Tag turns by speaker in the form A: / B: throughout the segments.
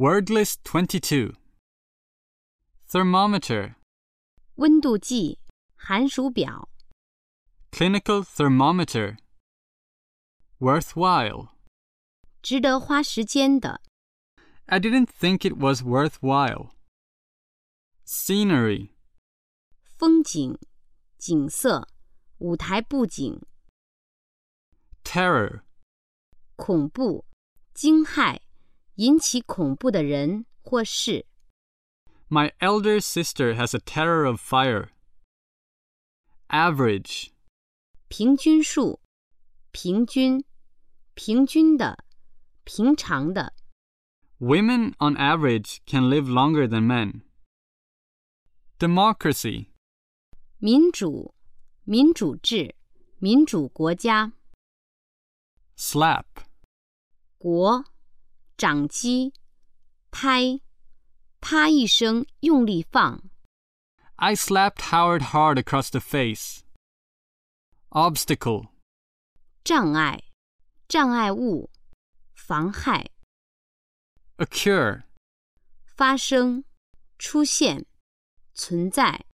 A: Word list 22 Thermometer,
B: 温度计、寒暑表、
A: clinical thermometer. Worthwhile.
B: 值得花时间的
A: I didn't think it was worthwhile. Scenery,
B: 风景、景色、舞台布景、
A: terror,
B: 恐怖、惊骇，引起恐怖的人或事。
A: My elder sister has a terror of fire. Average.
B: 平均数、平均、平均的、平常的、
A: Women, on average, can live longer than men. Democracy.
B: 民主、民主制、民主国家、
A: Slap.
B: 国、掌机、拍、啪一声用力放、
A: I slapped Howard hard across the face. Obstacle.
B: 障碍、障碍物、妨害、
A: A cure.
B: 发生、出现、存在、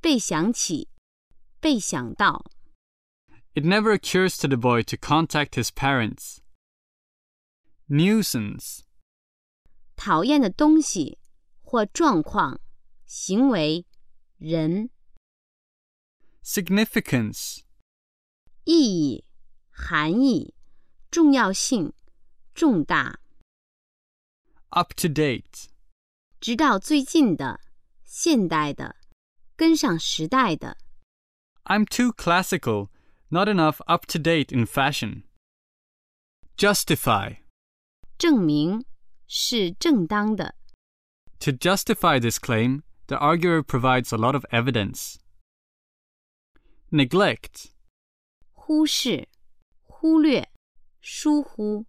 B: 被想起、被想到。
A: It never occurs to the boy to contact his parents. Nuisance.
B: 讨厌的东西或状况、行为、人、
A: Significance.
B: 意义、含义、重要性、重大，
A: Up to date.
B: 直到最近的、现代的、跟上时代的、
A: I'm too classical, not enough up to date in fashion. Justify.
B: 证明是正当的。
A: To justify this claim, the arguer provides a lot of evidence. Neglect.
B: 忽视、忽略、疏忽、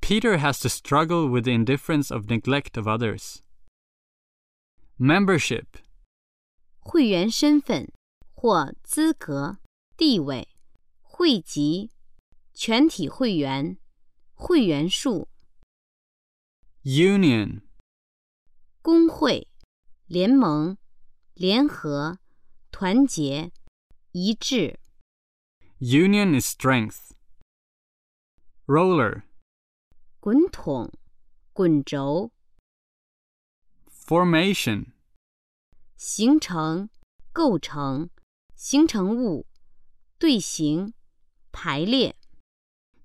A: Peter has to struggle with the indifference of neglect of others. Membership.
B: 会员身份或资格、地位、会籍、全体会员、会员数、
A: Union.
B: 工会、联盟、联合、团结、一致、
A: Union is strength. Roller.
B: 滚筒、滚轴、
A: Formation.
B: 形成、构成、形成物、队形、排列、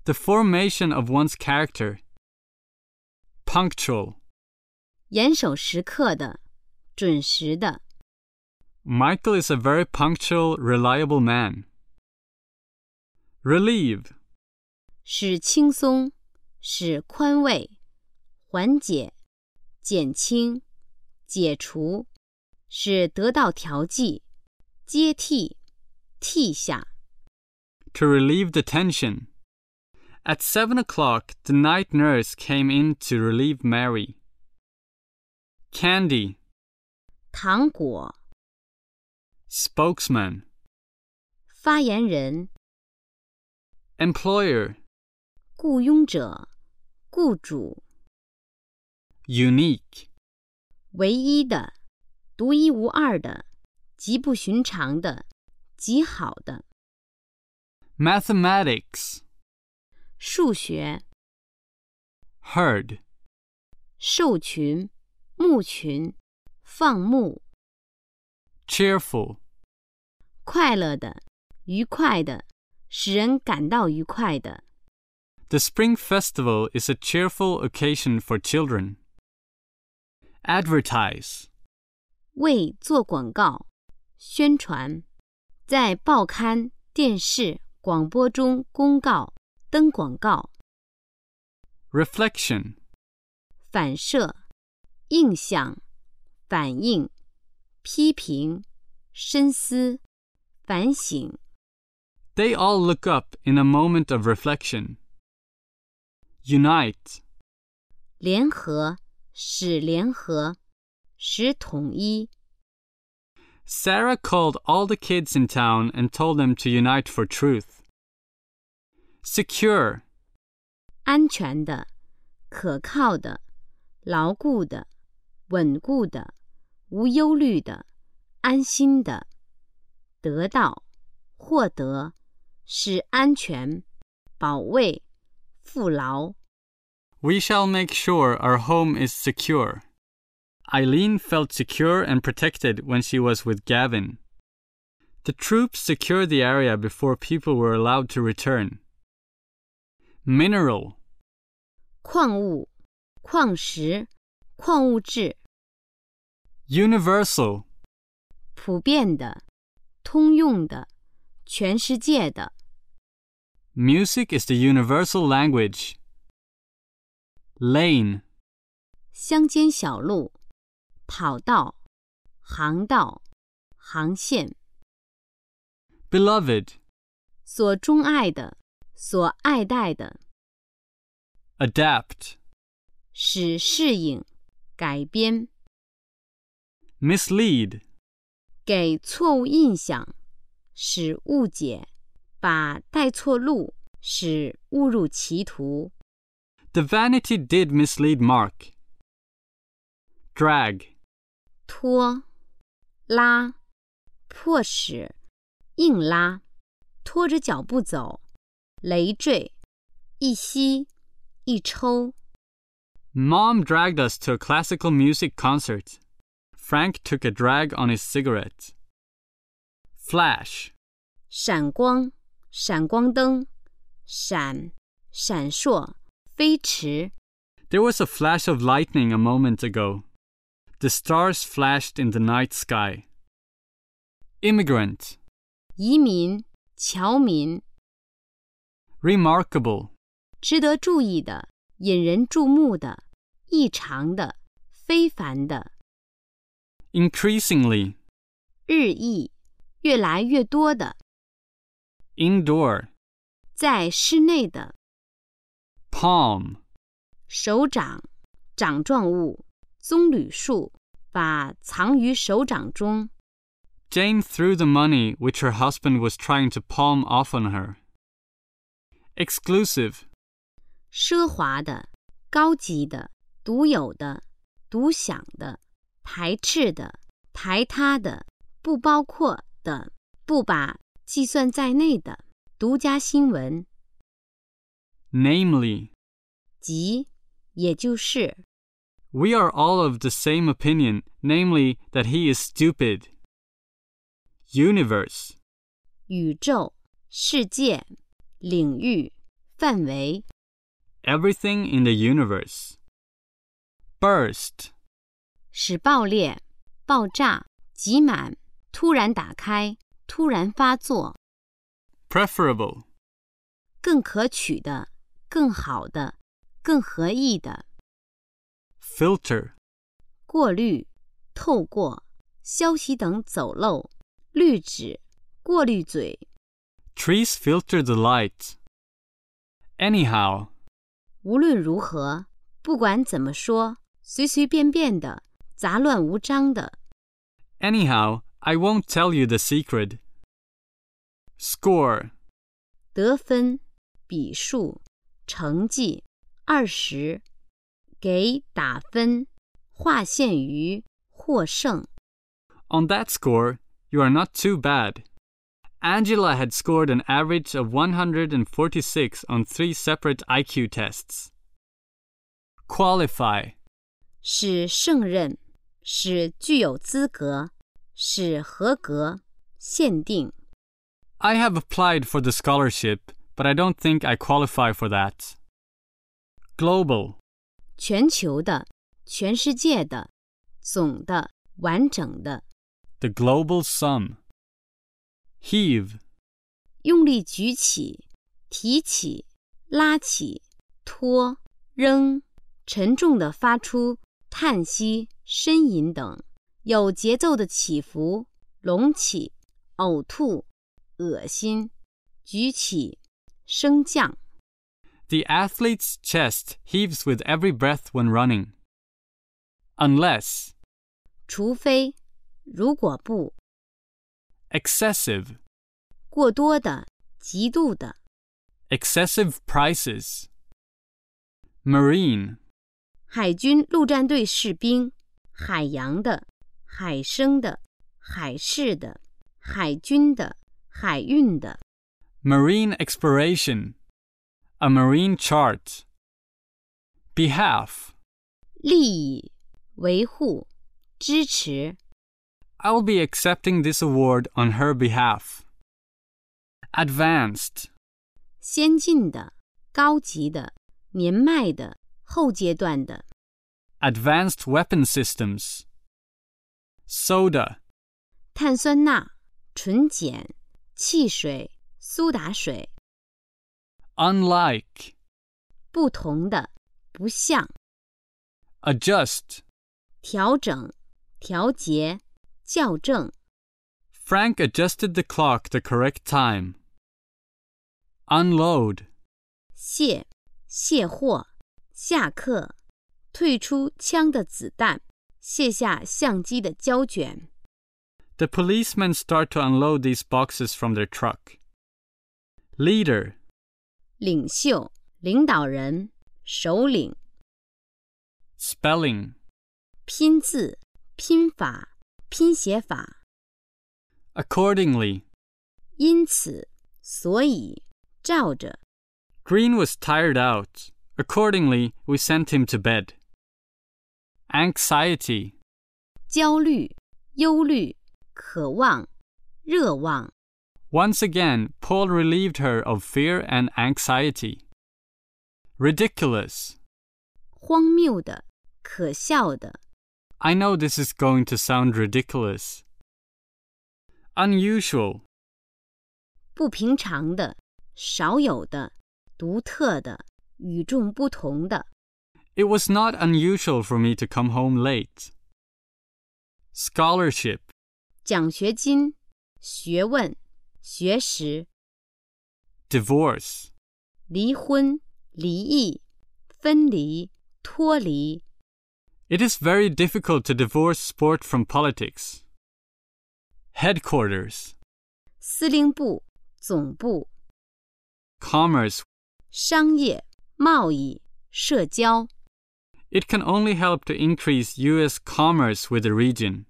A: The formation of one's character. Punctual.
B: 严守时刻的、准时的、
A: Michael is a very punctual, reliable man. Relieve.
B: 使轻松，使宽慰，缓解、减轻、解除，使得到调剂、接替、替下。
A: to relieve the tension. At seven o'clock, the night nurse came in to relieve Mary. Candy,
B: 糖果、
A: spokesman,
B: 发言人、
A: employer,
B: 雇佣者、雇主、
A: unique,
B: 唯一的、独一无二的、极不寻常的、极好的、
A: mathematics,
B: 数学、
A: herd,
B: 兽群、牧群、放牧、
A: cheerful,
B: 快乐的、愉快的、使人感到愉快的。
A: The spring festival is a cheerful occasion for children. Advertise,
B: 为做广告、宣传，在报刊、电视、广播中公告、登广告、
A: reflection,
B: 反射、印象、反应、批评、深思、反省、
A: They all look up in a moment of reflection. Unite,
B: 联合、使联合、使统一。
A: Sarah called all the kids in town and told them to unite for truth. Secure,
B: 安全的、可靠的、牢固的、稳固的、无忧虑的、安心的。得到、获得是安全、保卫、富饶。
A: We shall make sure our home is secure. Eileen felt secure and protected when she was with Gavin. The troops secured the area before people were allowed to return. Mineral
B: 矿物、矿石、矿物质，
A: Universal
B: 普遍的、通用的、全世界的。
A: Music is the universal language. Lane
B: 乡间小路、跑道、航道、航线，
A: Beloved
B: 所钟爱的、所爱戴的，
A: Adapt
B: 使适应、改编，
A: Mislead
B: 给错误印象，使误解，把带错路，使误入歧途。
A: The vanity did mislead Mark. Drag
B: 拖、拉、迫使、硬拉、拖着脚步走、累赘、一吸一抽。
A: Mom dragged us to a classical music concert. Frank took a drag on his cigarette. Flash
B: 闪光、闪光灯、闪、闪烁、飞驰。
A: There was a flash of lightning a moment ago. The stars flashed in the night sky. Immigrant
B: 移民、侨民，
A: Remarkable
B: 值得注意的、引人注目的、异常的、非凡的。
A: Increasingly
B: 日益、越来越多的，
A: Indoor
B: 在室内的
A: Palm
B: 手掌、掌状物、棕榈树，把藏于手掌中。
A: Jane threw the money which her husband was trying to palm off on her. Exclusive
B: 奢华的、高级的、独有的、独享的、排斥的、排他的、不包括的、不把计算在内的独家新闻，
A: Namely,
B: 即也就是。
A: we are all of the same opinion, namely, that he is stupid. Universe
B: 宇宙、世界、领域、范围、
A: Everything in the universe. Burst
B: 使爆裂、爆炸、挤满、突然打开、突然发作、
A: Preferable
B: 更可取的、更好的、更合意的
A: Filter
B: 过滤、透过、消息等走漏、滤纸、过滤嘴、
A: Trees filter the light. Anyhow,
B: 无论如何，不管怎么说，随随便便的、杂乱无章的。
A: anyhow, I won't tell you the secret. Score
B: 得分、比数、成绩二十，给打分，划线于获胜。
A: On that score, you are not too bad. Angela had scored an average of 146 on three separate IQ tests. Qualify
B: 使胜任，使具有资格，使合格。限定
A: I have applied for the scholarship, but I don't think I qualify for that. Global
B: 全球的、全世界的、总的、完整的。
A: The global sum. Heave
B: 用力举起、提起、拉起、拖、扔，沉重的发出叹息、呻吟等，有节奏的起伏、隆起、呕吐、恶心、举起、升降。
A: The athlete's chest heaves with every breath when running. Unless
B: 除非，如果不
A: excessive.
B: 过多的、极度的
A: Excessive prices. Marine.
B: 海军陆战队士兵，海洋的、海生的、海事的、海军的、海运的。
A: Marine exploration. A marine chart. Behalf.
B: 利益、维护、支持。
A: I'll be accepting this award on her behalf. Advanced.
B: 先进的、高级的、年迈的、后阶段的
A: Advanced weapon systems. Soda.
B: 碳酸钠、纯碱、汽水、苏打水，
A: Unlike.
B: 不同的、不像、
A: Adjust.
B: 调整、调节、校正。
A: Frank adjusted the clock the correct time. Unload.
B: 卸、卸货、下课、退出枪的子弹、卸下相机的胶卷、
A: The policemen start to unload these boxes from their truck. Leader.
B: 领袖、领导人、首领、
A: Spelling.
B: 拼字、拼法、拼写法。
A: Accordingly.
B: 因此，所以，照着。
A: Green was tired out. Accordingly, we sent him to bed. Anxiety.
B: 焦虑、忧虑、渴望、热望。
A: Once again, Paul relieved her of fear and anxiety. Ridiculous.
B: 荒谬的、可笑的、
A: I know this is going to sound ridiculous. Unusual.
B: 不平常的、少有的、独特的、与众不同的。
A: It was not unusual for me to come home late. Scholarship.
B: 奖学金、学问、学识、
A: Divorce.
B: 离婚、离异、分离、脱离、
A: It is very difficult to divorce sport from politics. Headquarters.
B: 司令部、总部、
A: Commerce.
B: 商业、贸易、社交。
A: It can only help to increase U.S. commerce with the region.